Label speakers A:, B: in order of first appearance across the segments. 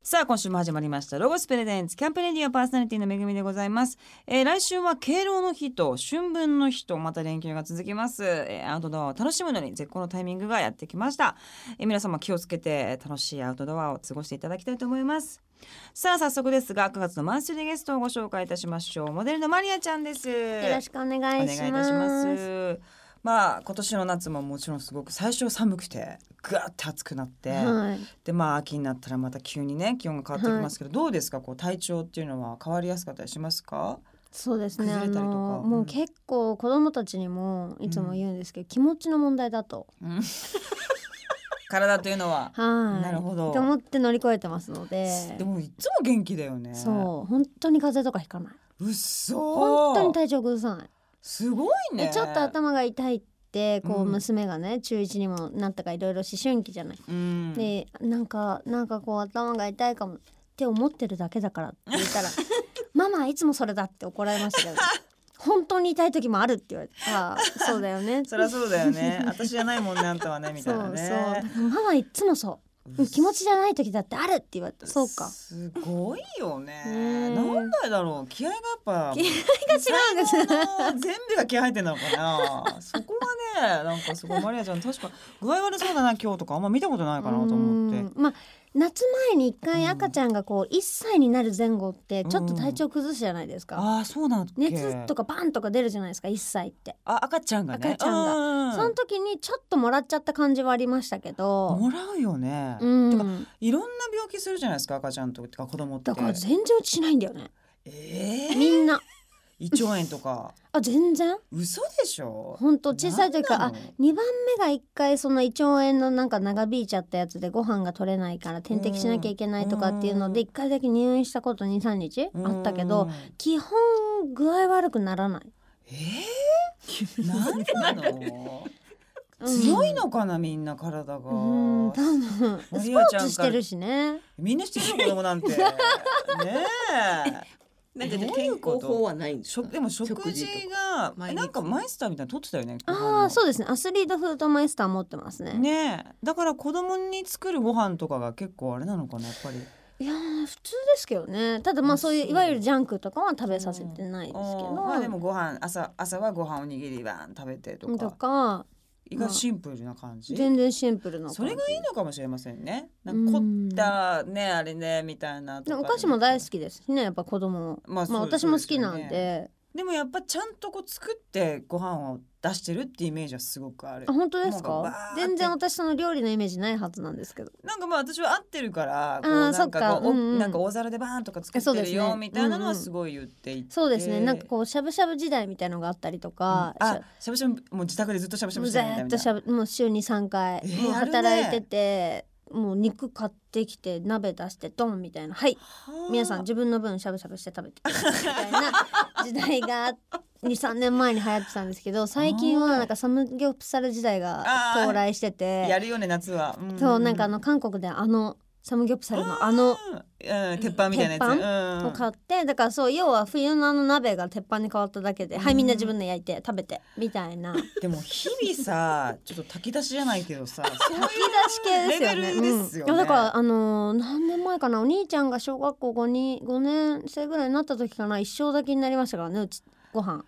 A: さあ今週も始まりましたロゴスプレゼンツキャンプレディオパーソナリティのめぐみでございます、えー来週は敬老の日と春分の日とまた連休が続きます、えーアウトドアを楽しむのに絶好のタイミングがやってきました、えー皆様気をつけて楽しいアウトドアを過ごしていただきたいと思いますさあ早速ですが9月のマンスリーゲストをご紹介いたしましょうモデルのマリアちゃんです
B: よろしくお願
A: お願
B: い
A: いいた
B: し
A: し
B: ま。
A: ますす。まあ今年の夏ももちろんすごく最初は寒くてぐわって暑くなって、
B: はい、
A: でまあ秋になったらまた急にね気温が変わってきますけど、どうですかこう体調っていうのは変わりやすかったりしますか？
B: そうですね。
A: 崩
B: あ
A: れたりとか
B: の、
A: うん
B: もう結構子供たちにもいつも言うんですけど、気持ちの問題だと。
A: 体というのは。
B: はい。
A: なるほど
B: と思って乗り越えてますので。
A: でもいつも元気だよね。
B: そう、本当に風邪とかひかない。
A: う。うっそー。
B: 本当に体調崩さない。
A: すごいね。
B: でちょっと。頭が痛いって、こう、
A: うん
B: 娘がね、中一にもなったか、いろいろ思春期じゃない。
A: うん。
B: で、なんか、なんかこう、頭が痛いかも。って思ってるだけだからって言っ たら。ママいつもそれだって怒られましたけど。本当に痛い時もあるって言われて、ああ、そうだよね。
A: そりゃそうだよね。私じゃないもんねあんたはねみたいなね。
B: そうそうだからママいっつもそうう気持ちじゃない時だってあるって言われてそうか
A: すごいよね。
B: ね
A: なんでだろう。気合がやっぱ。
B: 気合が違うんです
A: 才能全部が気合入ってんのかな。そこがね、なんかすごいマリアちゃん確か具合悪そうだな今日とかあんま見たことないかなと思って。
B: うんまあ夏前に一回赤ちゃんがこう1歳になる前後ってちょっと体調崩すじゃないですか、
A: ああそうなんだっけ。
B: 熱とかバンとか出るじゃないですか1歳って、
A: あ赤ちゃんがね。
B: 赤ちゃんが
A: が
B: その時にちょっともらっちゃった感じはありましたけど
A: もらうよね。
B: うん
A: てかいろんな病気するじゃないですか赤ちゃんとか子供って
B: だ。から全然落ちないんだよね
A: ええ。
B: みんな
A: 胃腸炎とか
B: あ全然
A: 嘘でしょ。
B: ほんと小さい時から
A: な
B: あ
A: んなの
B: 2番目が1回その胃腸炎のなんか長引いちゃったやつでご飯が取れないから点滴しなきゃいけないとかっていうので
A: うん
B: 1回だけ入院したこと23日あったけ
A: う
B: ど
A: ん。
B: 基本具合悪くならない。
A: ええ。なんでなの。
B: うん
A: 強いのかなみんな体が。
B: うん多分スポ
A: マリアちゃんか
B: ー
A: ら
B: ツしてるしね
A: みんなしてるの子供 なんて。ねえ。
C: なん
A: どう
C: かじゃあ
A: い
C: 健
A: うこと
C: 康法はないんです
A: 食
C: か
A: でも食
C: 食事
A: 事
C: と
A: が
C: 毎日
A: なんかマイスターみたいなの取ってたよね。
B: ああそう
A: う
B: ですねアスリートフードマイスター持ってますね
A: ねえだから子供に作るご飯とかが結構あれなのかなやっぱり。
B: いやー普通ですけどねただまあそうい
A: あそう
B: ういわゆるジャンクとかは食べさせてないですけど、
A: まあでもご飯朝朝はご飯おにぎりバーン食べてと
B: と
A: か
B: か
A: 意外とシンプルな感じ。
B: 全然シンプルな感じ
A: それがいいのかもしれませんね。なんか凝ったねあれねみたいなと
B: で
A: か。
B: お菓子も大好きですしねやっぱ子供
A: まあ
B: まあ
A: そうです
B: 私も好きなん
A: そうですよ
B: で
A: でもやっぱちゃんとこう作ってご飯を出してるってイメージはすごくある
B: あ。本当です
A: もうバー
B: か
A: って
B: 全然私その料理のイメージないはずなんですけど
A: なんかまあ私は合ってるからこう
B: あー
A: なんかこう
B: そっかうんう
A: お
B: ん
A: なんか大皿でバーンとか作
B: そう
A: って
B: で
A: る
B: す
A: よ
B: ね
A: みたいなの
B: うん
A: は
B: うん
A: すごい言っていて
B: そうですねなんか
A: う
B: こうしゃぶしゃぶ時代みたいのがあったりとか、
A: んあしゃぶしゃぶもう自宅でずっとしゃぶし
B: し
A: ゃ
B: ゃ
A: ぶ
B: ぶ
A: し
B: ず
A: てるみたい
B: ーっ
A: な
B: としゃぶもう週に3回、
A: えー
B: もう
A: やるね
B: 働いてて、もう肉買ってきて鍋出してドンみたいなはい
A: はあ
B: 皆さん自分の分しゃぶしゃぶして食べてくださいみたいな時代が23年前に流行ってたんですけど最近はなんかサムギョプサル時代が
A: あー
B: 到来してて
A: やるよね夏は、ん
B: そうなんかあの韓国であのサムギョプサルのあの
A: うんうん鉄板みたいなやつ
B: 鉄
A: うん
B: を買ってだからそう要は冬のあの鍋が鉄板に変わっただけで、はいみんな自分で焼いて食べてみたいな炊
A: でも日々さちょっと炊き出しじゃないけど さそういう
B: き出し系ですよね
A: レベルですよね
B: うんいやだからあのー何年前かなお兄ちゃんが小学校 5, に5年生ぐらいになった時かな一生だけになりましたからねうちご飯
A: も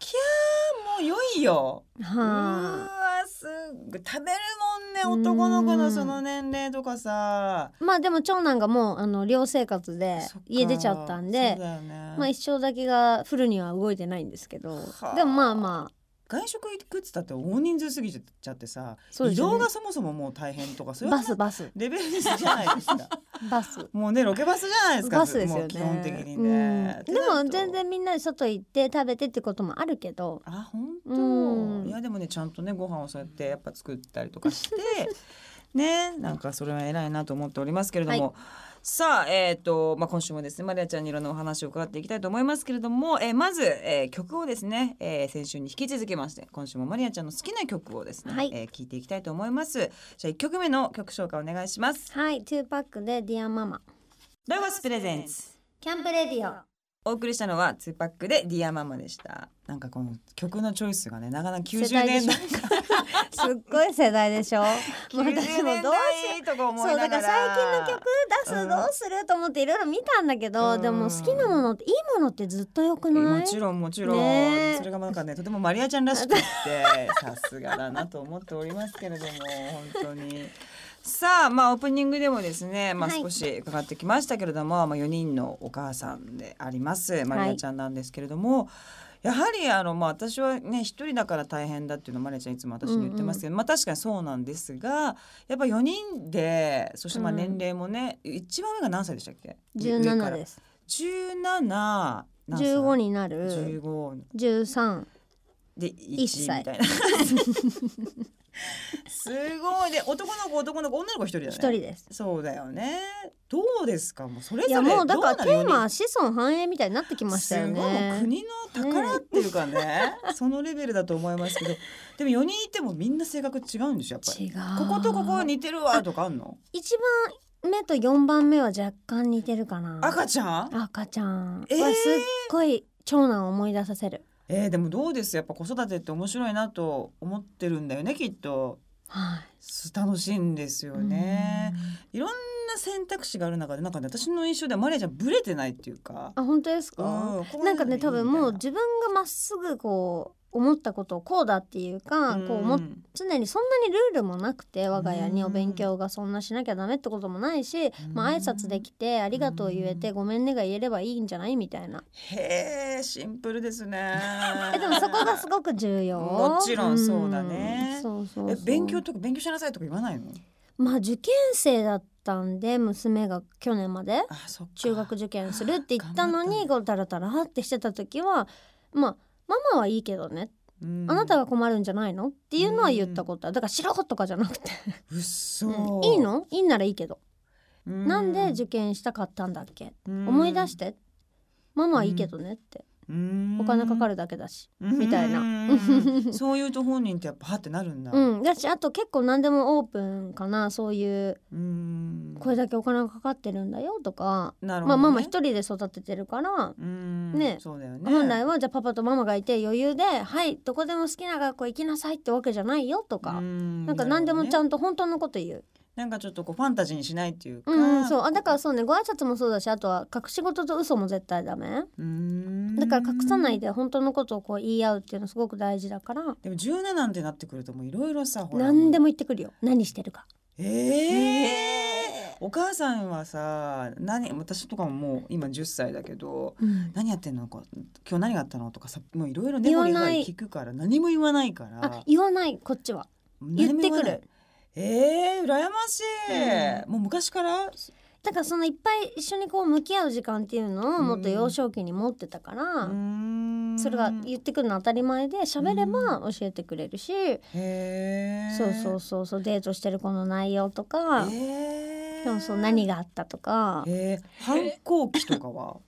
A: う良いようわ
B: は
A: すっごい食べるもんね男の子のその年齢とかさ
B: いまあでも長男がもうあの寮生活で
A: そっか
B: 家出ちゃったんで
A: そうだよね
B: まあ一生だけがフルには動いてないんですけど
A: はあ
B: でもまあま
A: 外食行くっつったって大人数すぎちゃってさ、
B: あそう
A: 移
B: ですよ
A: 動
B: ね
A: がそもそももう大変とかそういう
B: バスバス
A: レベルじゃないですか
B: バス
A: もうねロケバスじゃないですか
B: バスですよ
A: も
B: ね
A: う基本的にね、
B: う
A: っ
B: ん
A: て
B: で
A: なると
B: も全然みんなで外行って食べてってこともあるけど
A: あ本当、
B: うん
A: いやでもねちゃんとねご飯をそうやってやっぱ作ったりとかして ねなんかそれは偉いなと思っておりますけれども、さあえっ、とまあ今週もですねマリアちゃんにいろんなお話を伺っていきたいと思いますけれども、えーまず、えー曲をですね、えー先週に引き続きまして今週もマリアちゃんの好きな曲をですね、
B: はい
A: えー聞いていきたいと思いますじゃあ一曲目の曲紹介お願いします
B: はい2パックで「ディアママ
A: ロゴスプレゼンツ
B: キャンプレディオ
A: お送りしたのはツーパックでディアママでした。なんかこの曲のチョイスがね、なかなか90
B: 世代で
A: 年
B: し
A: 代
B: ょ
A: か
B: すっごい世代 でしょ。もう
A: 90
B: 私も
A: 年
B: どうし
A: 代とか思
B: そ
A: いうな
B: だか
A: がら
B: ら最近の曲出
A: う
B: す
A: ん
B: どうすると思っていろいろ見たんだけど、
A: うん
B: でも好きなものっていいものってずっと良くない
A: もちろんもちろん、
B: ねえ
A: それがなんかねとてもマリアちゃんらしくって さすがだなと思っておりますけれども本当に。さあまあオープニングでもですね、まあ、
B: はい
A: 少し伺ってきましたけれども、まあ、4人のお母さんでありますマリアちゃんなんですけれども、やはりあの、まあ、私はね一人だから大変だっていうのをマリアちゃんいつも私に言ってますけど、まあ、確かにそうなんですがやっぱ4人でそしてまあ
B: うん
A: 年齢もね、一番上が何歳でしたっけ。
B: 17ですす
A: 17何歳
B: 15になる
A: 15
B: 13
A: で
B: 一
A: 1
B: 歳
A: み たいなすごいで男の子男の子女の子一人だね
B: 一人です
A: そうだよねどうですかもうそれぞ
B: い
A: れ
B: やもうだから
A: ど
B: テ
A: うなの
B: ーマは子孫繁栄みたいになってきましたよ
A: すごいもう
B: ね
A: 国の宝っていうかねそのレベルだと思いますけどでも4人いてもみんな性格違うんでしょやっぱり
B: 違う
A: こことここ似てるわとかあんの
B: 一番目と四番目は若干似てるかな
A: 赤ちゃん
B: 赤ちゃんは
A: えー
B: すっごい長男を思い出させる、
A: えー、でもどうですやっぱ子育てって面白いなと思ってるんだよねきっと
B: は
A: す楽しいんですよ
B: い
A: ねいろんな選択肢がある中でなんかね私の印象ではマリアちゃんブレてないっていうか
B: うんあ本当ですか、
A: うんこういうの
B: なんかね多分もう
A: いいみ
B: 自分がまっすぐこう思ったことをこうだっていうか、
A: たいな
B: こう思っ
A: ん
B: 常にそんなにルールもなくて我が家に
A: うん
B: お勉強がそんなしなきゃダメってこともないし、まあ挨拶できてありがとう言えてごめんねが言えればいいんじゃないみたいな
A: へえシンプルですね
B: えでもそこがすごく重要
A: もちろんそうだね
B: うんそうそう
A: え
B: そう
A: 勉強とか勉強しなさいとか言わないの
B: まあ受験生だったんで娘が去年まで
A: あそっか
B: 中学受験するって言ったの
A: 頑張った
B: にこうダラダラってしてた時はまあママはいいけどね、
A: うん
B: あなたが困るんじゃないのっていうのは言ったことあるだから知らんとかじゃなくて、
A: うっそ
B: うんいいのいいんならいいけど、なんで受
A: 受
B: 験したかったんだっけ、思い出してママはいいけどねって、お金かか
A: る
B: るだけだし、みたいな
A: そういうと本人ってやっぱはってなるんだ
B: うんだしあと結構何でもオープンかなそういう
A: うん
B: これだけお金がかかってるんだよとか、
A: なるほ
B: まあ
A: どね
B: ママ一人で育ててるから
A: うん
B: ね
A: そうだよね
B: 本来はじゃあパパとママがいて余裕で「はいどこでも好きな学校行きなさい」ってわけじゃないよと
A: な
B: か、なんか何でもち
A: ん
B: ゃんと本当のこと言う、
A: なんかちょっとこうファンタジーにしないっていうか、
B: うんそうあだからそうねご挨拶もそうだしあとは隠し事と嘘も絶対ダメ
A: うーん
B: だから隠さないで本当のことをこう言い合うっていうのすごく大事だから
A: でも17なんてなってくるともういろいろさほら
B: 何で
A: も
B: も言ってくるよ何してるか
A: うえー、お母さんはさ何私とかももう今10歳だけど何やってんのか今日何があったのとかさもういろいろね
B: 言
A: ご
B: わ
A: りご
B: ない
A: り聞くから何も言わないから
B: あ言わないこっちは
A: 何も
B: 言ってくる
A: わないえー、羨ましい、もう昔から
B: だからそのいっぱい一緒にこう向き合う時間っていうのをもっと幼少期に持ってたから、
A: うーん
B: それが言ってくるの当たり前で喋れば教えてくれるし、
A: へー
B: そうそうそうそうデートしてる子の内容とか、
A: えー、
B: でもそう何があったとか、
A: えー、反抗期とかは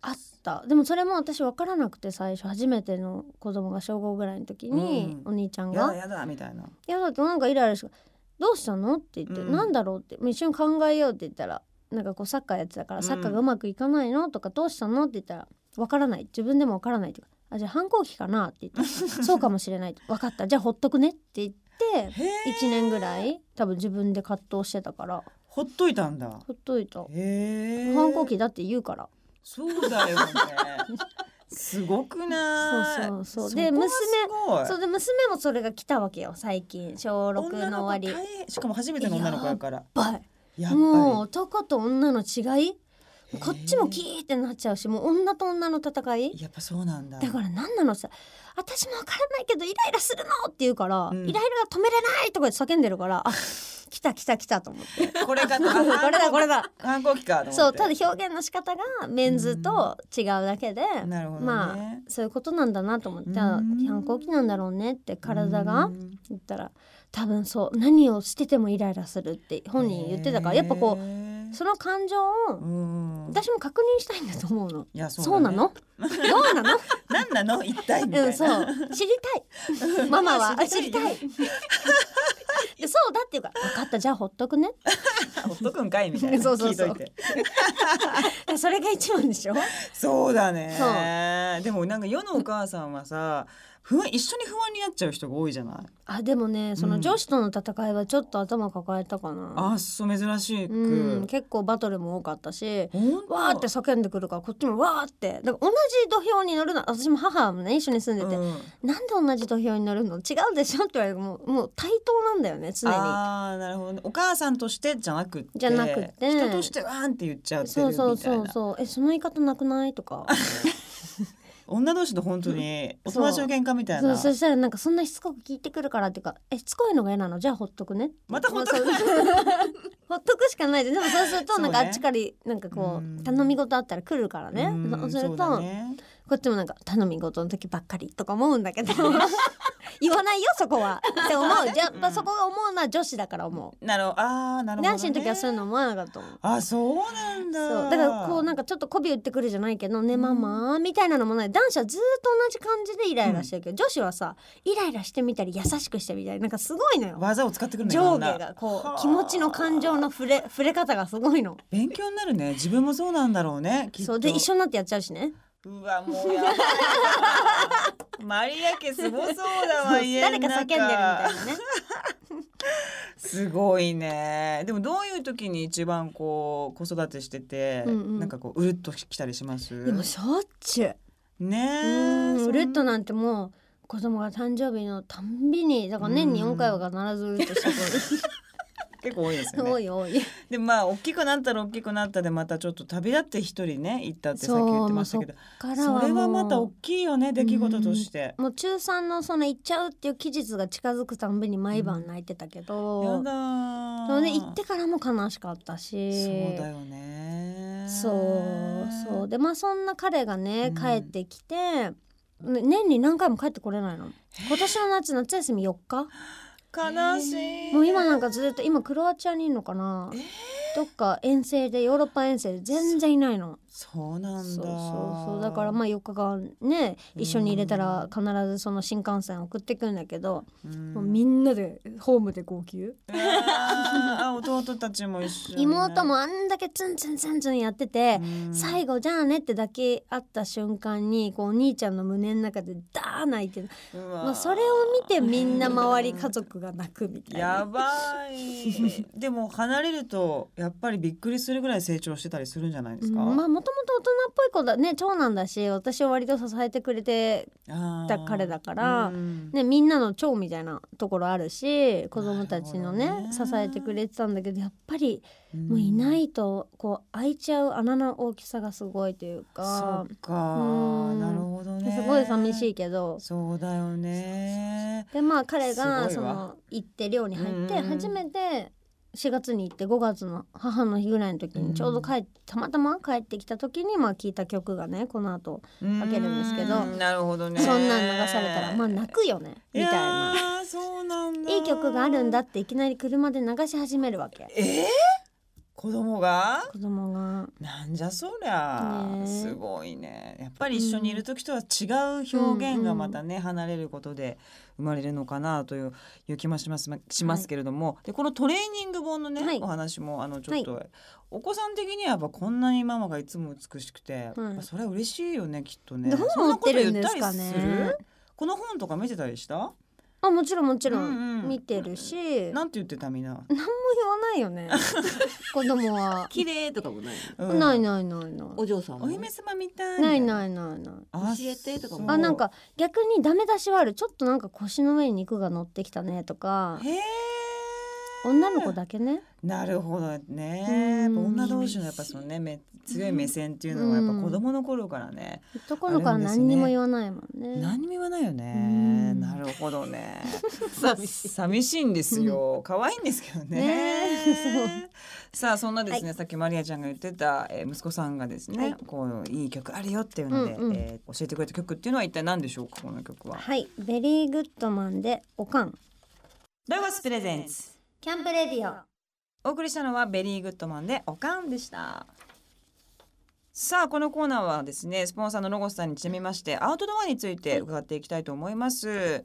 B: あったでもそれも私分からなくて最初初めての子供が小5ぐらいの時に、
A: う
B: お兄ちゃん
A: や
B: が
A: だやだみたいな。
B: いやだってなんかイライラして「どうしたの?」って言って「
A: うん
B: なんだろう?」ってもう一緒に考えようって言ったらなんかこうサッカーやってたか
A: うん
B: らサッカーがうまくいかないのとか「どうしたの?」って言ったら「わからない自分でもわからない」って言うからあじゃあ反抗期かな?」って言 って「そうかもしれない」分かったじゃあほっとくね」って言って
A: へえ。
B: 1年ぐらい多分自分で葛藤してたから
A: ほっといたんだ。
B: ほっといた。
A: へえ。
B: 反抗。期だって言うから
A: そうだよね。すごくない。
B: そうそうそ
A: こがご
B: うですそ
A: い。
B: れで娘もそれが来たわけよ最近小6の終わ
A: 女
B: り
A: の子大変しかも初めての女の子やから。
B: ばい
A: やっぱり。
B: もう男と女の違い
A: へー
B: こっちもキーってなっちゃうしもう女と女の戦い
A: やっぱそうなんだ。
B: だから何なのさ私もわからないけどイライラするのって言うから、
A: うん
B: イライラが止めれないとか言って叫んでるからあ来た来た来たと 思って
A: これかと。
B: これだこれだ
A: 反抗期かと思って。
B: そうただ表現の仕方がメンズと違うだけで、
A: なるほどね。
B: まあそういうことなんだなと思って、あ
A: うん
B: 反抗期なんだろうねって体が
A: うん
B: 言ったら多分そう何をしててもイライラするって本人言ってたからやっぱこ
A: へえ
B: うその感情を
A: うん。
B: 私も確認したいんだと思うの。
A: いや
B: そう,、
A: そうだ
B: な
A: ね
B: の？ど うなの？
A: 何なの一体みたいな。
B: うん、そう。知りた い。ママはあ知りたい。で、そうだっていうから、分かった、じゃあほっとくね。
A: ほっとくんかいみたいな。
B: そうそうそう
A: 聞いといて。
B: それが一番でしょ。
A: そうだね。でもなんか世のお母さんはさ、不安一緒に不安になっちゃう人が多いじゃない
B: あでもねそうの
A: ん
B: 女子との戦いはちょっと頭抱えたかな、
A: あそう珍しく、
B: うん、結構バトルも多かったし
A: 本当
B: わーって叫んでくるからこっちもわーってだから同じ土俵に乗るの私も母もね一緒に住んでて、
A: うん
B: なんで同じ土俵に乗るの違うでしょって言われるもうもう対等なんだよね常に
A: ああなるほどねお母さんとしてじゃなくって
B: じゃなくって
A: 人としてわーんって言っちゃってる
B: そう
A: みたいな
B: そうそうそうえその言い方なくないとか
A: 女同士の本当にお
B: そう
A: 友達の喧嘩みたい
B: そ
A: な
B: うそしたらなんかそんなしつこく聞いてくるからっていうかえしつこいのが嫌なのじゃあほっとくね
A: またほっとく
B: まあそう ほっとくしかないででもそうするとなんか
A: そう
B: あ
A: ね
B: っちからなんかこ
A: う
B: うん頼み事あったら来るからね
A: うん
B: そうする
A: そう
B: と
A: だね
B: こっちもなんか頼み事の時ばっかりとか思うんだけど 言わないよそこはって思うじゃあ、まあ、そこが思うのは女子だから思う
A: なるほどああなるほど、ね、
B: 男子の時はそういうの思わなかったもん
A: あそうなんだ
B: そうだからこうなんかちょっと媚び売ってくるじゃないけどね、ママみたいなのもない男子はずーっと同じ感じでイライラしてるけど、女子はさイライラしてみたり優しくしてみたりなんかすごいのよ
A: 技を使ってくるね
B: 上
A: いろ
B: 下
A: ん
B: が
A: な
B: こ
A: はあ
B: う気持ちの感情の触れ触れ方がすごいの
A: 勉強になるね自分もそうなんだろうねきっと
B: そうで一緒になってやっちゃうしね
A: うわもうやばいなマリア家すごそうだわ家の
B: 誰
A: 中
B: か叫んでるみたいなね
A: すごいねでもどういう時に一番こう子育てしてて、
B: うんうん
A: なんかこううるっときたりします
B: でもしょっちゅう
A: ねえ
B: うんウルッと
A: な
B: なんてもう子供が誕生日のたんびにだから年に4回は必ずウルッとしてく
A: 結構多いですよ
B: る 多
A: ね
B: い多い
A: でまあ大きくなったら大きくなったでまたちょっと旅立って一人ね行ったってさっき言ってましたけど
B: から
A: そ
B: は
A: れはまた
B: もう
A: 大きいよね出来事として。
B: もう中3のその行っちゃうっていう期日が近づくたんびに毎晩泣いてたけ
A: や
B: ど、
A: だー
B: それで行ってからも悲しかったし
A: そうだよね
B: そうそうでまあそんな彼がね
A: うん
B: 帰ってきて、ね年に何回も帰ってこれないの今年の夏夏休み4日
A: 悲しい
B: もう今なんかずっと今クロアチアにいるのかな、どっか遠征でヨーロッパ遠征で全然いないの
A: そうな
B: そうん
A: だ
B: そうそうだからまあ4日間ね一緒に入れたら必ずその新幹線送ってくんだけど、
A: うん
B: もうみんなでホームで号泣、
A: うわー弟たちも一緒にね
B: 妹もあんだけツンツンツンツンやってて、
A: うん
B: 最後じゃあねってだけあった瞬間にこうお兄ちゃんの胸の中でダー泣いてる、
A: うわ
B: まあ、それを見てみんな周り家族が泣くみたい
A: や
B: な。
A: ばいでも離れるとやっぱりびっくりするぐらい成長してたりするんじゃないで
B: う
A: す
B: ん
A: か、
B: まあもともと大人っぽい子だね長男だし私を割と支えてくれて、
A: あー
B: だ彼だから
A: うん
B: ね、みんなの長みたいなところあるし子供たちのね
A: なるほ
B: 支
A: どね
B: えてくれてたんだけどやっぱりもういないとこう開いちゃう穴の大きさがすごいというか
A: そ、っか
B: うん
A: なるほどね
B: すごい寂し
A: い
B: いけど
A: そうだよね
B: でまあ彼が
A: す
B: そ
A: ごいわ
B: の行って寮に入って
A: うんうんうん
B: 初めて4月に行って5月の母の日ぐらいの時にちょうど帰ってたまたま帰ってきた時にまあ聞いた曲がねこの後
A: か
B: けるんですけど
A: なるほどね
B: そんなん流されたらまあ泣くよねみたいな。
A: やーそうなんだ
B: いい曲があるんだっていきなり車で流し始めるわけ
A: えー、子供が
B: 子供が
A: なんじゃそりゃ、
B: ねえ
A: すごいねやっぱり一緒にいる時とは違う表現がまたね、離れることで生まれるのかなといういう気もしますしますけれども、でこのトレーニング本のね、
B: はい
A: お話もあのちょっと、お子さん的にはやっぱこんなにママがいつも美しくて、まあそれは嬉しいよねきっとね
B: どう思ってるんですか
A: そな
B: ね
A: こと言ったりするこの本とか見てたりした
B: あもちろんもちろ
A: うんうん
B: ん見てるし
A: なんて言ってたみん な、
B: 何も言わない よね子供は
C: 綺麗とかもないの。
A: うん
B: ないないないない
C: お嬢さん
A: お
C: も。
A: 姫様みたい
B: ないないいないない
C: 教えてとかも
B: あなんか逆にダメ出しはあるちょっとなんか腰の上に肉が乗ってきたねとか
A: へえ
B: 女の子だけね
A: なるほどね。やっぱ女同士のやっぱそのねめ強い目線っていうのはやっぱ子供の頃からね、
B: 男の子は何にも言わないもんね
A: 何にも言わないよね。
B: うん
A: なるほどね。
C: 寂しい。
A: 寂しいんですよ。可愛いんですけどね。
B: ねえ
A: さあそんなですね、さっきマリアちゃんが言ってた、えー息子さんがですね、
B: はい
A: こういい曲あるよっていうので、
B: うんうん
A: えー教えてくれた曲っていうのは一体何でしょうかこの曲は。
B: はいベリーグッドマンでおかん
A: ロゴスプレゼンツ。
B: キャンプレディオ
A: お送りしたのはベリーグッドマンでおかんでしたさあこのコーナーはですねスポンサーのロゴスさんにちなみましてアウトドアについて伺っていきたいと思います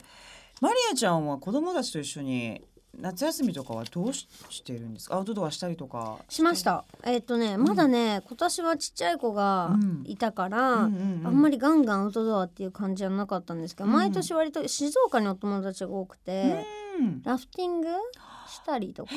A: マリアちゃんは子供たちと一緒に夏休みとかはどうししてるんですかアウトドアしたりとか
B: しましたえっ、とねまだね、今年はちっちゃい子が
A: うん
B: いたから、
A: うんうんうん
B: あんまりガンガンアウトドアっていう感じはなかったんですけど、
A: うん
B: 毎年割と静岡にお友達が多くて、
A: うん
B: ラフティングしたりとか、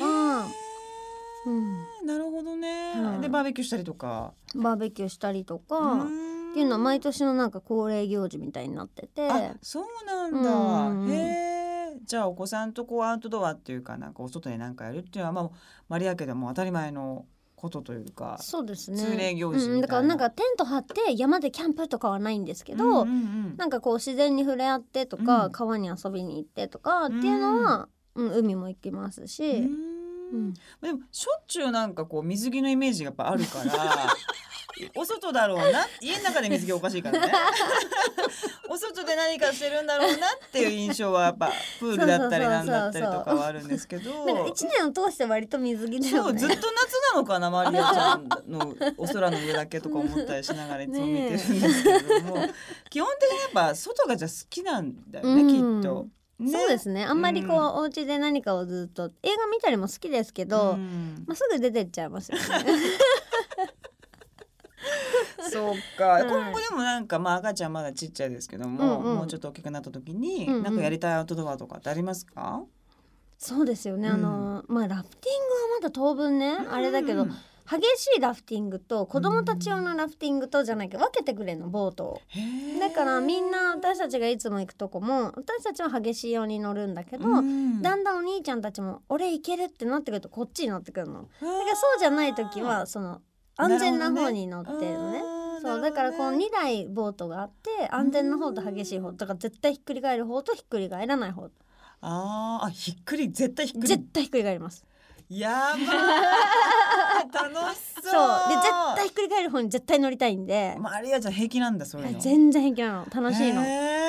B: うん、
A: なるほどね、
B: はい
A: でバーベキューしたりとか
B: バーベキューしたりとか、
A: ん
B: っていうのは毎年のなんか恒例行事みたいになってて
A: あそうなん
B: うんうんうん
A: だへえじゃあお子さんとこうアウトドアっていうかなんかお外でなんかやるっていうのは、まあ、マリア家でも当たり前のことというか
B: そうですね
A: 通例行事みたいな
B: うん、だからなんかテント張って山でキャンプとかはないんですけど、
A: うんうんうん
B: なんかこう自然に触れ合ってとか、
A: うん
B: 川に遊びに行ってとかっていうのは、うん海も行きますし、
A: うー
B: うんん
A: でもしょっちゅうなんかこう水着のイメージがやっぱあるから お外だろうな家の中で水着おかしい からねお外で何かしてるんだろうなっていう印象はやっぱプールだったりなんだったりとかはあるんですけど
B: なんか一年を通して割と水着だ
A: そ
B: よ
A: う
B: ね
A: ずっと夏なのかなマリアちゃんのお空の上だけとか思ったりしながらいつも見てるんですけども、 基本的にやっぱ外がじゃあ好きなんだよね、
B: う
A: き
B: ん
A: っと。ね
B: そうですねあんまりこう、お家で何かをずっと映画見たりも好きですけど、
A: うん
B: まあ、すぐ出てっちゃいます よね
A: そうか、
B: はい
A: 今後でもなんかまあ赤ちゃんまだちっちゃいですけども、
B: うんうん
A: もうちょっと大きくなった時に、
B: うんうん
A: なんかやりたいアウトドアとかってありますか？
B: そうですよねあの、まあラフティングはまだ当分ね、あれだけ
A: う
B: ど
A: ん
B: 激しいラフティングと子供たち用のラフティングとじゃなきゃ分けてくれんのボートを。
A: へー
B: だからみんな私たちがいつも行くとこも私たちは激しいように乗るんだけど、
A: うん
B: だんだんお兄ちゃんたちも「俺行ける」ってなってくるとこっちに乗ってくるの。だからそうじゃない時はその安全な方に乗ってるのね。
A: あー
B: そう
A: なる
B: だ
A: ほ
B: か
A: ど
B: らこう2台ボートがあって安全な方と激しい方とから絶対ひっくり返る方とひっくり返らない方
A: あーあひっくり絶対ひっく
B: 絶
A: り
B: 対ひっくり返ります
A: やばー楽しそう
B: そうで絶対ひっくり返る方に絶対乗りたいんで
A: マリアちゃん平気なんだそういうの
B: 全然平気なの楽しいの
A: へー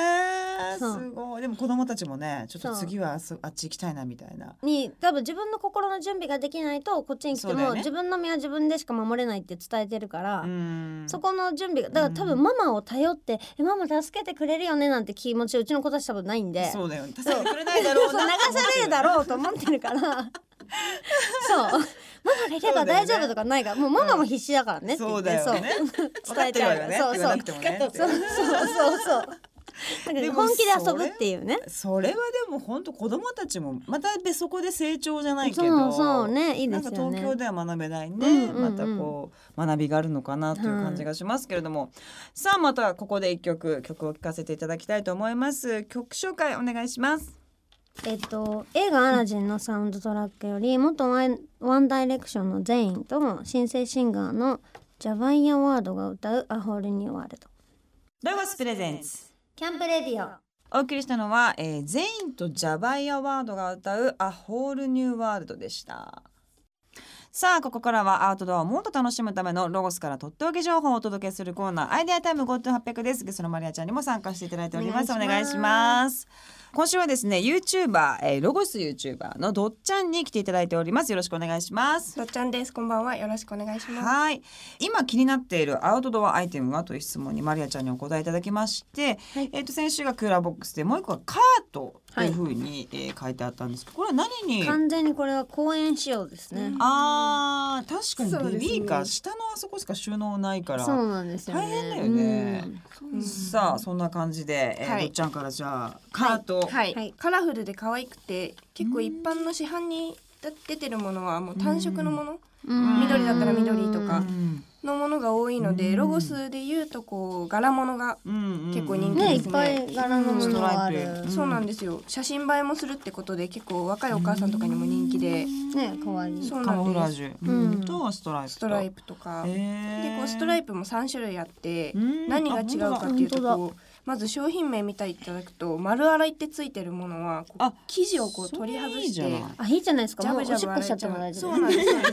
B: そう
A: すごいでも子供たちもねちょっと
B: そう
A: 次はあそあっち行きたいなみたいな
B: に多分自分の心の準備ができないとこっちに来
A: そ
B: て
A: うだよ
B: も、
A: ね
B: 自分の身は自分でしか守れないって伝えてるから、
A: うん
B: そこの準備がだから多分ママを頼って「えママ助けてくれるよね」なんて気持ちうちの子たち多分ないんで
A: そうだよね助けてくれないだろう
B: そう
A: な
B: 流されるだろうと思ってるから そうママがいれば大丈夫とかないからもうママも必死だからねって
A: そ
B: 言っ
A: う
B: て、
A: だよね
B: そう
A: 伝えてるわよね
B: そう
A: 言わ
B: そう
A: なくてもねって
B: そうそうそうそうだから
A: でも
B: 本気で遊ぶっていうね
A: それはでも本当子供たちもまたそこで成長じゃないけど
B: そうそうねいい
A: な
B: で
A: んか
B: すよ
A: 東
B: ね
A: 京では学べないね、
B: うんうんう
A: ま
B: ん
A: たこう学びがあるのかなという感じがしますけれども、さあまたここで一曲曲を聴かせていただきたいと思います曲紹介お願いします
B: えっと、映画「アラジン」のサウンドトラックより元ワイワンダイレクションのゼインと新生シンガーのジャバイアワードが歌う「アホールニューワールド
A: ロゴスプレゼンツ」
B: キャンプレディオ
A: お送りしたのは、えー、ゼインとジャバイアワードが歌う「アホールニューワールド」でしたさあここからはアートドアをもっと楽しむためのロゴスからとっておき情報をお届けするコーナー「アイデアタイム GoTo800」ですゲストのマリアちゃんにも参加していただいておりますお
B: お
A: 願
B: 願
A: い
B: い
A: し
B: し
A: ま
B: ます
A: 今週はですね YouTuber、えー、ロゴス YouTuber のどっちゃんに来ていただいておりますよろしくお願いします
D: どっちゃんです。こんばんは。よろしくお願いします。
A: はい今気になっているアウトドアアイテムはという質問にマリアちゃんにお答えいただきまして、
B: はい
A: えっ、と先週がクーラーボックスでもう一個はカートというふうに、えー書いてあったんですけどこれは何に
B: 完全にこれは公演仕様ですね、
A: あー確か
D: そ
A: に
D: うで
A: ベ
D: すね
A: ビーカー、下のあそこしか収納ないから
B: そうなんですよね
A: 大変だよね
B: うん
D: うん
A: さあそんな感じで、えー
D: はい
A: どっちゃんからじゃあカート、
D: はい、
B: はい
D: カラフルで可愛くて、結構一般の市販にだ出てるものはもう単色のもの
B: うん
D: 緑だったら緑とか
A: うん
D: のものが多いの
A: うん
D: で、ロゴスで言うとこう柄物が、
A: うん
D: 結構人気
B: ねいっ
D: です
B: ぱ
D: ね
B: い柄のものがある
A: ストライプうん
D: そうなんですよ。写真映えもするってことで結構若いお母さんとかにも人気で、
B: ね可愛い
D: そう
A: カ
D: な
A: モフ
D: ん
A: ラー
D: です。
A: ジュ、
B: うん
A: うんとストライプと
D: ストライプとか、
A: え
D: でこうストラ
A: イ
D: イプも三種類あって
A: う。ん
D: 何が違うかっていうと
B: あ
D: こうまず商品名見ていただくと丸洗いってついてるものはこう
A: あ
D: 生地をこう取り
A: そ
D: 外
A: れいい
D: し
A: じゃない
D: て
B: あいいじゃないですか
D: ジャ
B: もうお
D: ブ
B: し
D: ジャ
B: っ
D: ブ
B: こしちゃ
D: 洗
B: っ
D: えち
B: て
D: ゃ
B: も大丈夫
D: う。そうなんですよ。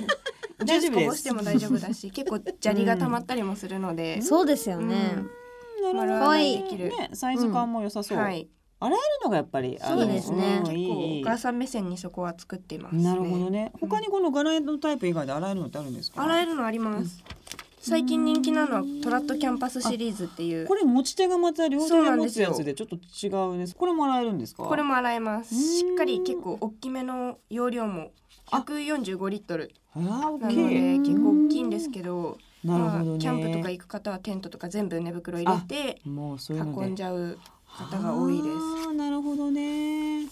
D: ジ
A: 大
D: ャ
A: 丈夫で
D: ズ
A: す
D: こぼしても大丈夫だし、結構砂利が溜まったりもするので、
B: そうですよね、
A: なるほど
D: 丸
B: 洗い
D: できる
A: ね、サイズ感も良さそう、
D: はい、
A: 洗えるのがやっぱりあの
B: そうですね
A: ん
D: 結構
A: いい
D: お母さん目線にそこは作っています、
A: なるほど。ね他にこの柄のタイプ以外で洗えるのってあるんですか
D: 洗えるのあります。最近人気なのはトラットキャンパスシリーズっていう
A: これ持ち手がまた両手
D: そう
A: に
D: なん
A: 持
D: で
A: つ
D: すよ
A: やつでちょっと違うですこれも洗えるんですか
D: これも洗えます
A: う
D: し
A: ん
D: っかり結構大きめの容量も
A: あ
D: 145リットル
A: あー大
D: な
A: き
D: ので
A: い
D: 結構大きいんですけど
A: なるほど
D: ま
A: ね
D: あ、キャンプとか行く方はテントとか全部寝袋入れて
A: もうそういうので
D: 運んじゃう方が多いです
A: あーなるほどね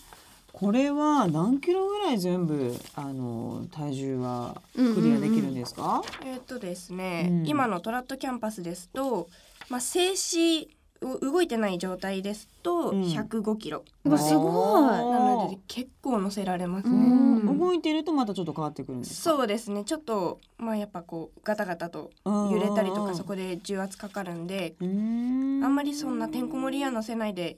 A: これは何キロぐらい全部あの体重はクリアできるんですか、
D: えーっとですね、
A: うん
D: 今のトラットキャンパスですと、まあ、静止を動いてない状態ですと
A: うん
D: 105キロ、
B: うわすごい
A: あー
D: なので結構乗せられます
A: う
D: ね、
A: ん
B: うん
A: 動いてるとまたちょっと変わってくるんですか
D: そうですねちょっとまあやっぱこうガタガタと
A: うん
D: 揺れたりとかそ
A: で
D: こで重圧かかるんで
A: あ
D: あ
A: ん
D: んまりそんなてんこ盛りは乗せないで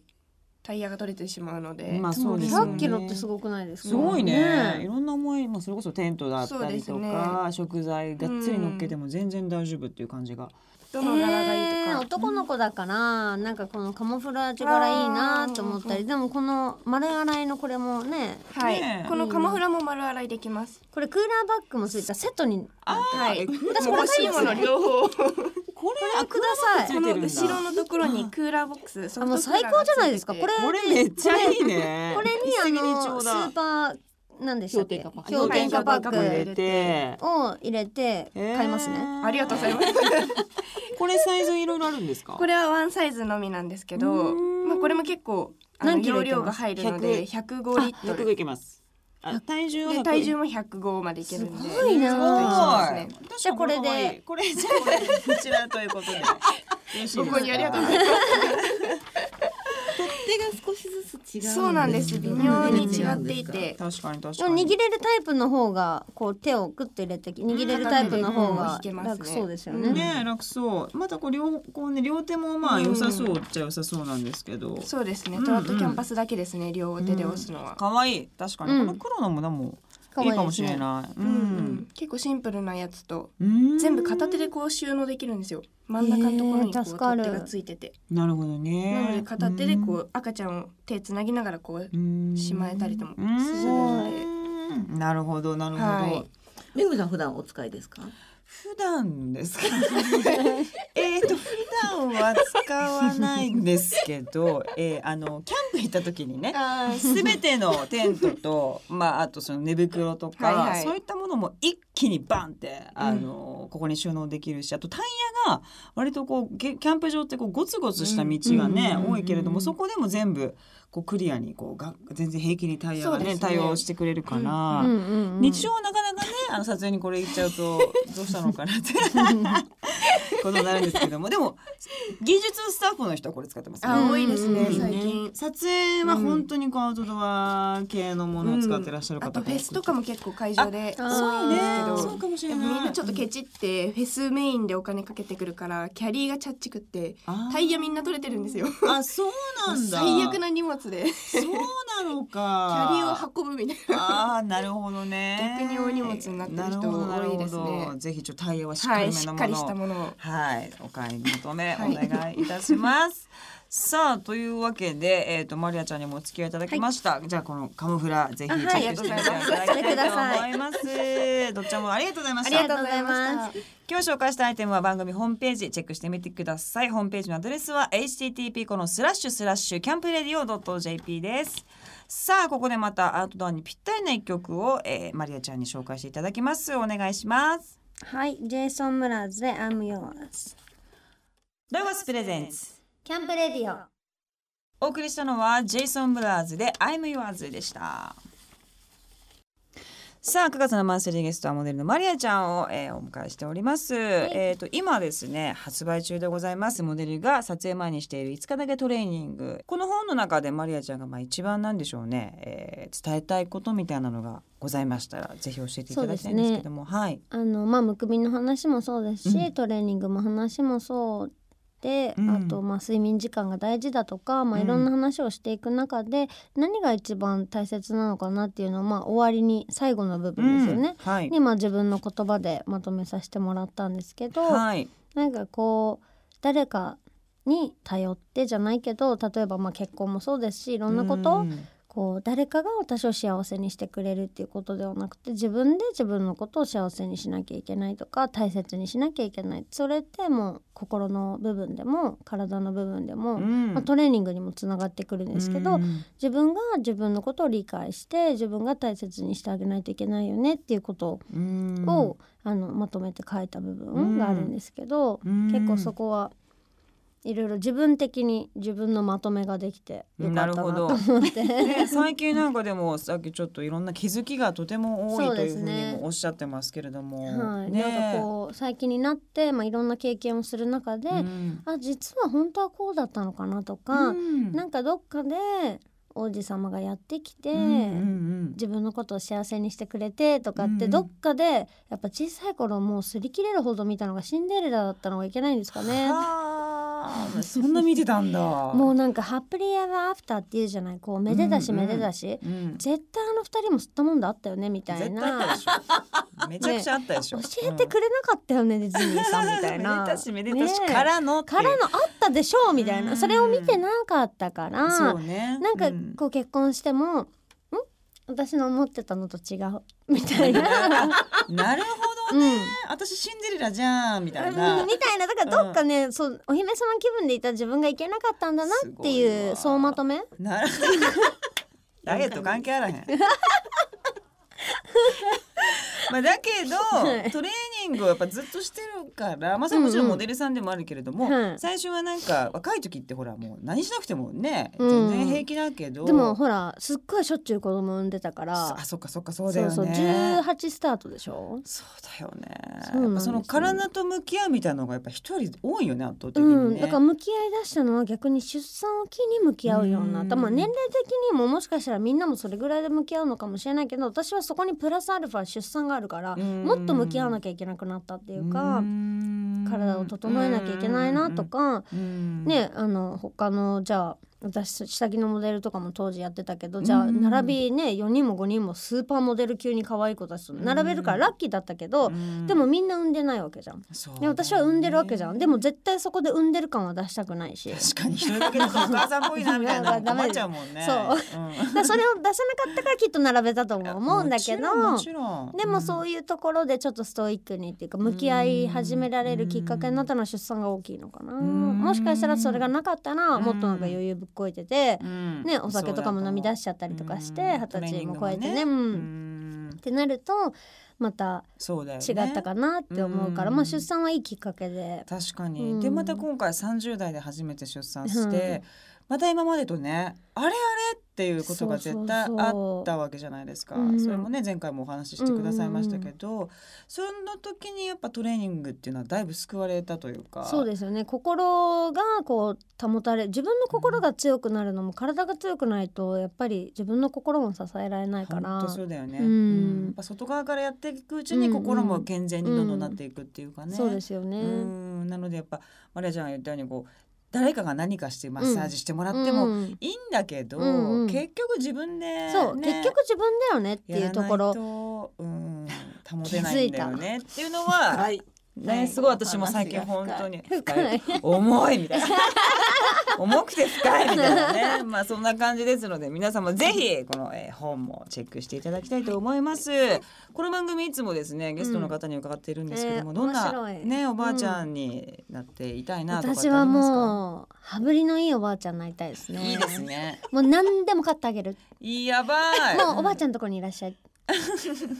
D: タイヤが取れてしまうので、
A: まあそうですよね
B: 100キロってすごくないですか
A: すごいねい
B: え
A: ろんな思い、まあ、それこそテントだったり
D: そ
A: と
D: うです
A: か、
D: ね
A: 食材がっつり乗っけても全然大丈夫っていう感じが、
D: どの柄がいいと
B: え
D: か、
B: 男の子だからなんかこのカモフラージュ柄いいなと思ったりでもこの丸洗いのこれもね
D: はい、
A: ねえ
D: このカモフラも丸洗いできます。
B: これクーラーバッグもついたセットに
D: はい、
A: こ
D: 私欲しいもの両方。
A: これあ
B: くださ
A: つ
B: い
A: いて
D: この
A: るんだ
D: 後ろのところにクーラーボックス、ソ
B: あ
D: フ
B: もう
D: トクーラー
B: 最
D: が
B: 高じゃないですか
D: つ
B: こ
D: て
B: れ
D: て
A: これめっちゃいいね
B: これにあの
A: 一
B: ス
A: 石二
B: ー
A: 鳥だ
B: パーなんでしたっけ
D: 氷
B: 氷
D: 点
B: 点
D: 下
B: 下
D: バ
B: バ
D: ッ
B: ッ
D: グ
B: グ
A: 入れて
B: を入れて買いますね、
A: えー
D: ありがとうございます。
A: これサイズいろいろあるんですか
D: これはワンサイズのみなんですけ
A: うー
D: ど、
A: ん
D: まあこれも結構あの
B: 何キロ
D: 容
B: いけ
D: 量が
B: ます
D: 入るので105リット
A: 100
D: ル
A: い。きますあ体重は
D: で体重も105までいけるんで。
B: ごいな
D: 期
A: す
D: 待
A: ご
D: しますね
A: い
B: じゃあこれで
A: これじゃあこれこちらということでよろしいですか
D: ご購入ありがとうござい
C: 取っ手が少しずつ違う。
D: そうなんです。微妙に違っていて。
A: 確かに確
B: で
A: か
B: も
A: に
B: 握れるタイプの方がこう手をグッと入れて握れるタイプの方が
D: 片手でも引けますね
B: 楽そうですよね,、
A: ねえ楽そうまたこう両こうね両手もまあ良さそうっちゃ良さそうなんですけど
D: そうですね。
A: うん
D: トラットキャンパスだけですね。両手で押すのは。
A: 可愛い確かに
B: う
A: こ
B: ん
A: の黒のもでも
B: 可
A: い
B: 愛いですね
A: いかもしれない
D: うんうん結構シンプルなやつと
A: うん
D: 全部片手でこう収納できるんですよ。真ん中のところにこ
B: えー
D: う
B: 助かる
D: 取っ手がついてて。
A: なるほどね
D: なので片手でこう赤ちゃんを手つなぎながらこう
A: うん
D: しまえたりとも
A: うん
D: するので。
A: なるほどなるほど、
D: はい
C: めぐみさん普段お使いですか。
A: 普段ですかえっと普段は使わないんですけど、 えー、あのキャンプ行った時にね
D: あー
A: すべてのテントと、 まあ、あとその寝袋とか、
D: はいはい
A: そういったものも一気にバンってあの、ここに収納できるしあとタイヤが割とこうゲキャンプ場ってこうゴツゴツした道がね、
C: うん
A: 多いけれども、
C: うん
A: そこでも全部こうクリアにこうが全然平気にタイヤが
D: そうで
A: ね
D: すね
A: 対応してくれるから、
B: うんうんうん
A: 日常はなかなかねあの撮影にこれ言っちゃう とどうしたのかなってことになるんですけどもでも技術スタッフの人はこれ使ってますね。
D: あ多いですね
A: うん
D: 最近。
A: 撮影は本当にこうアウトドア系のものを使ってらっしゃる
D: あ
A: 方が
D: と
A: 多く
D: フ
A: て
D: ェスとかも結構会場で
B: あ
A: そう
B: 多い
A: ね
D: ですけど
A: そうかもし
D: で
A: れ
D: も
A: ない
D: みんなちょっとケチってフェスメインでお金かけてくるからキャリーがチャッチくって
A: あー
D: タイヤみんな取れてるんですよ
A: あそうなんだ
D: 最悪な荷物でキ
A: そうなの
D: ャ
A: か
D: リーを運ぶみたいな
A: あーなるほどね
D: 逆に大荷物になってる人多いで
A: なる
D: すね
A: ほどなるほどぜひちょっとタイヤはしっか
D: は
A: り
D: い
A: め
D: し
A: の
D: っ
A: も
D: かり
A: の
D: した
A: を
D: ものを
A: はい、お買い求め
D: はい
A: お願いいたします。さあというわけで、えー、とマリアちゃんにもお付き合いいただきました、じゃあこのカムフラぜひチェ
B: あはい
A: ックしてみていただきたい と思いますどっちもありがとうございま
D: あ
A: し
D: り
A: た
D: がとうございました
A: 今日紹介したアイテムは番組ホームページチェックしてみてくださいホームページのアドレスは http このスラッシュスラッシュキャンプレディオ .jp ですさあここでまたアウトドアにぴったりな一曲を、えーマリアちゃんに紹介していただきますお願いします
B: はいジェイソン・ムラーズで「I'm Yours
A: ロゴスプレゼンツ」
B: キャンプレディオ
A: お送りしたのはジェイソン・ブラーズで「I'm Yours」でした。さあ9月のマンスリーゲストはモデルのマリアちゃんを、えーお迎えしております、えっ、と今ですね発売中でございますモデルが撮影前にしている5日だけトレーニングこの本の中でマリアちゃんがまあ一番なんでしょうね、えー伝えたいことみたいなのがございましたらぜひ教えていただきたいんですけども、はい
B: あのまあむくみの話もそうですし、
A: うん
B: トレーニングも話もそうで、
A: うん
B: あとまあ睡眠時間が大事だとか、まあ、いろんな話をしていく中で、何が一番大切なのかなっていうのを、まあ、終わりに最後の部分ですよね。
A: うんはい
B: にまあ自分の言葉でまとめさせてもらったんですけど、
A: はい
B: なんかこう誰かに頼ってじゃないけど例えばまあ結婚もそうですしいろんなことを
A: うん
B: こう誰かが私を幸せにしてくれるっていうことではなくて自分で自分のことを幸せにしなきゃいけないとか大切にしなきゃいけないそれってもう心の部分でも体の部分でも、
A: ん
B: まあトレーニングにもつながってくるんですけど、
A: うん
B: 自分が自分のことを理解して自分が大切にしてあげないといけないよねっていうこと
A: うん
B: を、あのまとめて書いた部分があるんですけど、
A: うん
B: 結構そこはいろいろ自分的に自分のまとめができてよかったなと思 って。
A: ね、最近なんかでもさっきちょっといろんな気づきがとても多い
B: そう
A: という
B: で
A: ふ
B: す
A: うに
B: ね
A: もおっしゃってますけれども、
B: はい、
A: ね
B: なんかこう最近になって、まあ、いろんな経験をする中で、
A: うん
B: あ実は本当はこうだったのかなとか、
A: うん
B: なんかどっかで王子様がやってきて、
A: うんうん
B: 自分のことを幸せにしてくれてとかって、
A: うん
B: どっかでやっぱ小さい頃もう擦り切れるほど見たのがシンデレラだったのがいけないんですか
A: うん、
B: ね。
A: はあそんな見てたんだ。
B: も
A: も
B: うなんかハッピーエバーアフターっていうじゃないこうめでたし
A: うんうん
B: めでたし、
A: うん、
B: 絶対あの二人も吸ったもんだあったよねみたい
A: 絶対あった
B: な
A: でしょめちゃくちゃあったでし
B: 教
A: ょ、
B: えてくれなかったよねディズニーさんみたいな
A: めでたしめでたし
B: ねえ
A: からのってい
B: か
A: う
B: らのあったでしょうみたい
A: うん
B: なそれを見てなかったから
A: そうね
B: なん
A: う
B: か
A: ん
B: こう結婚しても、ん私の思ってたのと違うみたいな、
A: なるほど
B: うん、み
A: 私シンデレラじゃんみた
B: た
A: いない
B: なだからどっかね、そうお姫様気分でいた自分がいけなかったんだなって
A: すごい
B: い
A: わ
B: う総まとめ
A: なるダイエット関係あらへ ん。まあだけど、
B: はい
A: トレーニングをやっぱずっとしてるから、まあそれはもちろん
B: うんう
A: モ
B: ん
A: デルさんでもあるけれども、
B: はい
A: 最初はなんか若い時ってほらもう何しなくてもね、
B: うん
A: 全然平気だけど、
B: でもほらすっごいしょっちゅう子供産んでたから
A: あそっかそっかそうだよね。
B: そうそう18スタートでしょ
A: そうだよね。
B: そうなんですよ
A: やっぱその体と向き合うみたいなのがやっぱ一人多いよね圧倒的にね。
B: うん、だから向き合いだしたのは逆に出産を機に向き合うようになった、
A: うん
B: まあ、年齢的にももしかしたらみんなもそれぐらいで向き合うのかもしれないけど私はそこにプラスアルファ出産があるから、
A: うん
B: もっと向き合わなきゃいけなくなったっていうか、
A: うん
B: 体を整えなきゃいけないなと、か、
A: うん、
B: ねあの他のじゃあ私下着のモデルとかも当時やってたけど、じゃ
A: う
B: あ
A: ん
B: 並びね4人も5人もスーパーモデル級に可愛い子たちと並べるからラッキーだったけど、
A: うん
B: でもみんな産んでないわけじゃん。
A: そう
B: で私は産んでるわけじゃん、
A: ね
B: でも絶対そこで産んでる感は出したくないし
A: 確かに一人だけだとお 母さんっぽいなみたいな
B: なんかダメ
A: 困っちゃうもんね
B: そ
A: うん
B: だからそれを出さなかったからきっと並べたとも思うんだけど
A: もちろん
B: でもそういうところでちょっとストイックにっていうか向き合い始められるきっかけになったのは出産が大きいのかな
A: うん
B: もしかしたらそれがなかったらもっとなんか余裕ぶっこいてて
A: う、ん
B: ね、お酒とかも飲み出しちゃったりとかして二十歳も超えてねうん
A: うん
B: ってなるとまた
A: そうだよね
B: 違ったかなって思うから、
A: うん
B: まあ出産はいいきっかけで
A: 確かに、
B: うん
A: でまた今回30代で初めて出産して、また今までとねあれあれっていうことが絶対
B: そうそうそう
A: あったわけじゃないですかそ
B: うん
A: れもね前回もお話ししてくださいましたけど、その時にやっぱトレーニングっていうのはだいぶ救われたというか
B: そうですよね心がこう保たれ自分の心が強くなるのも体が強くないとやっぱり自分の心も支えられないか
A: 本
B: ら
A: 当そうだよね、
B: うん
A: うんやっぱ外側からやっていくうちに心も健全にどんどんなっていくっていうかね、
B: そうですよね。
A: うんなのでやっぱマリアちゃんが言ったようにこう誰かが何かしてマッサージしてもらっても
B: うん
A: いいんだけど、
B: うんうん
A: 結局自分で、ね、
B: そう、結局自分だよねっていうところ
A: やらないと うん保てないんだよねっていうのは、
C: はい。
A: ね、すごい私も最近本当に
B: 深い
A: 深い重いみたいな 重くて深いみたいなねまあそんな感じですので皆様ぜひこの、えー本もチェックしていただきたいと思いますこの番組いつもですねゲストの方に伺っているんですけども、
B: うん
A: どんな、
B: えー面白い
A: ねおばあちゃんになっていたいなとかって
B: 私
A: あ
B: は
A: りま
B: もう羽振りのいいおばあちゃんになりたいです
A: すか
B: ね
A: いいですね
B: もう何でも買ってあげる
A: いいやばい
B: もうおばあちゃんのとこにいら っしゃい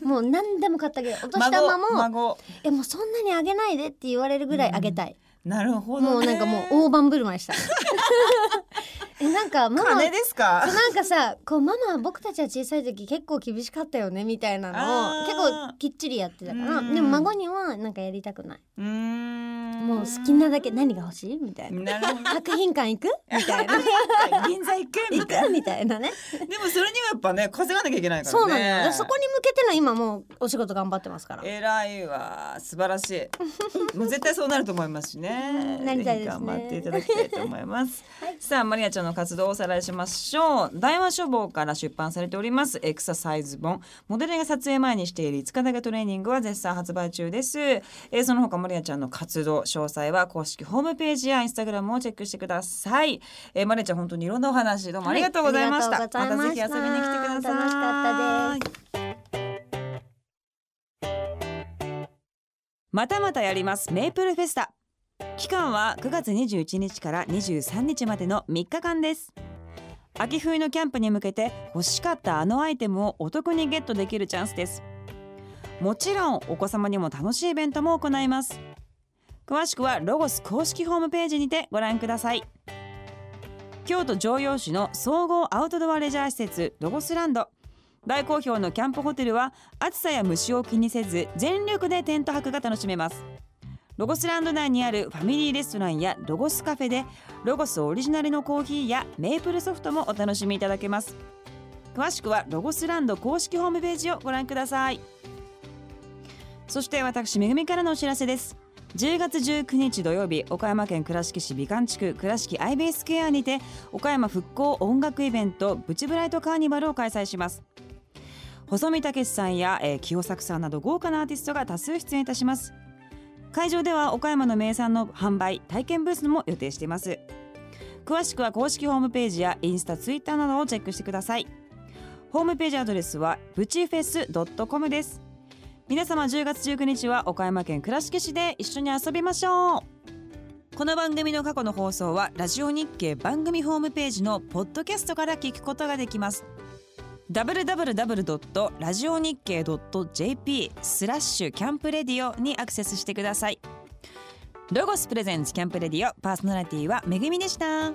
B: もう何でも買ってあげるお年玉も
A: 孫孫
B: えもうそんなにあげないでって言われるぐらいあげたい、
A: なるほど、ね、
B: もうなんかもう大盤振る舞いした えなんかママ
A: 金ですか
B: なんかさこうママ僕たちは小さい時結構厳しかったよねみたいなの
A: あー
B: を結構きっちりやってたから
A: うん
B: でも孫にはなんかやりたくないう
A: ーん
B: もう好きなだけ何が欲しいみたい
A: な
B: な
A: るほど
B: 作品館行くみたいな
A: 銀座行くみ
B: 行
A: たいな
B: くみたいなね
A: でもそれにはやっぱね稼がなきゃいけないからね
B: そうなのよだからそこに向けての今もうお仕事頑張ってますから
A: 偉いわ素晴らしい もう絶対そうなると思いますしね
B: なりたいです
A: ぜ
B: ね
A: ひ頑張っていただきたいと思い ます、さあマリアちゃんの活動をおさらいしましょう大和書房から出版されておりますエクササイズ本モデルが撮影前にしている5日だけトレーニングは絶賛発売中です、えーその他マリアちゃんの活動詳細は公式ホームページやインスタグラムをチェックしてください。えー、マレちゃん本当にいろんなお話どうもありがとうございました。
B: はいありがとうございました
A: たぜひ遊びに来てください。
B: 楽しかった
A: です。またまたやりますメイプルフェスタ。期間は9月21日から23日までの3日間です秋冬のキャンプに向けて欲しかったあのアイテムをお得にゲットできるチャンスですもちろんお子様にも楽しいイベントも行います詳しくはロゴス公式ホームページにてご覧ください京都城陽市の総合アウトドアレジャー施設ロゴスランド大好評のキャンプホテルは暑さや虫を気にせず全力でテント泊が楽しめますロゴスランド内にあるファミリーレストランやロゴスカフェでロゴスオリジナルのコーヒーやメープルソフトもお楽しみいただけます詳しくはロゴスランド公式ホームページをご覧くださいそして私めぐみからのお知らせです10月19日土曜日岡山県倉敷市美観地区倉敷アイベースケアにて岡山復興音楽イベントブチブライトカーニバルを開催します細見武さんや、えー清作さんなど豪華なアーティストが多数出演いたします会場では岡山の名産の販売体験ブースも予定しています詳しくは公式ホームページやインスタツイッターなどをチェックしてくださいホームページアドレスはブチフェス .com です皆様10月19日は岡山県倉敷市で一緒に遊びましょうこの番組の過去の放送はラジオ日経番組ホームページのポッドキャストから聞くことができます www.radionickei.jp スラッシュキャンプレディオにアクセスしてくださいロゴスプレゼンツキャンプレディオパーソナリティはめぐみでした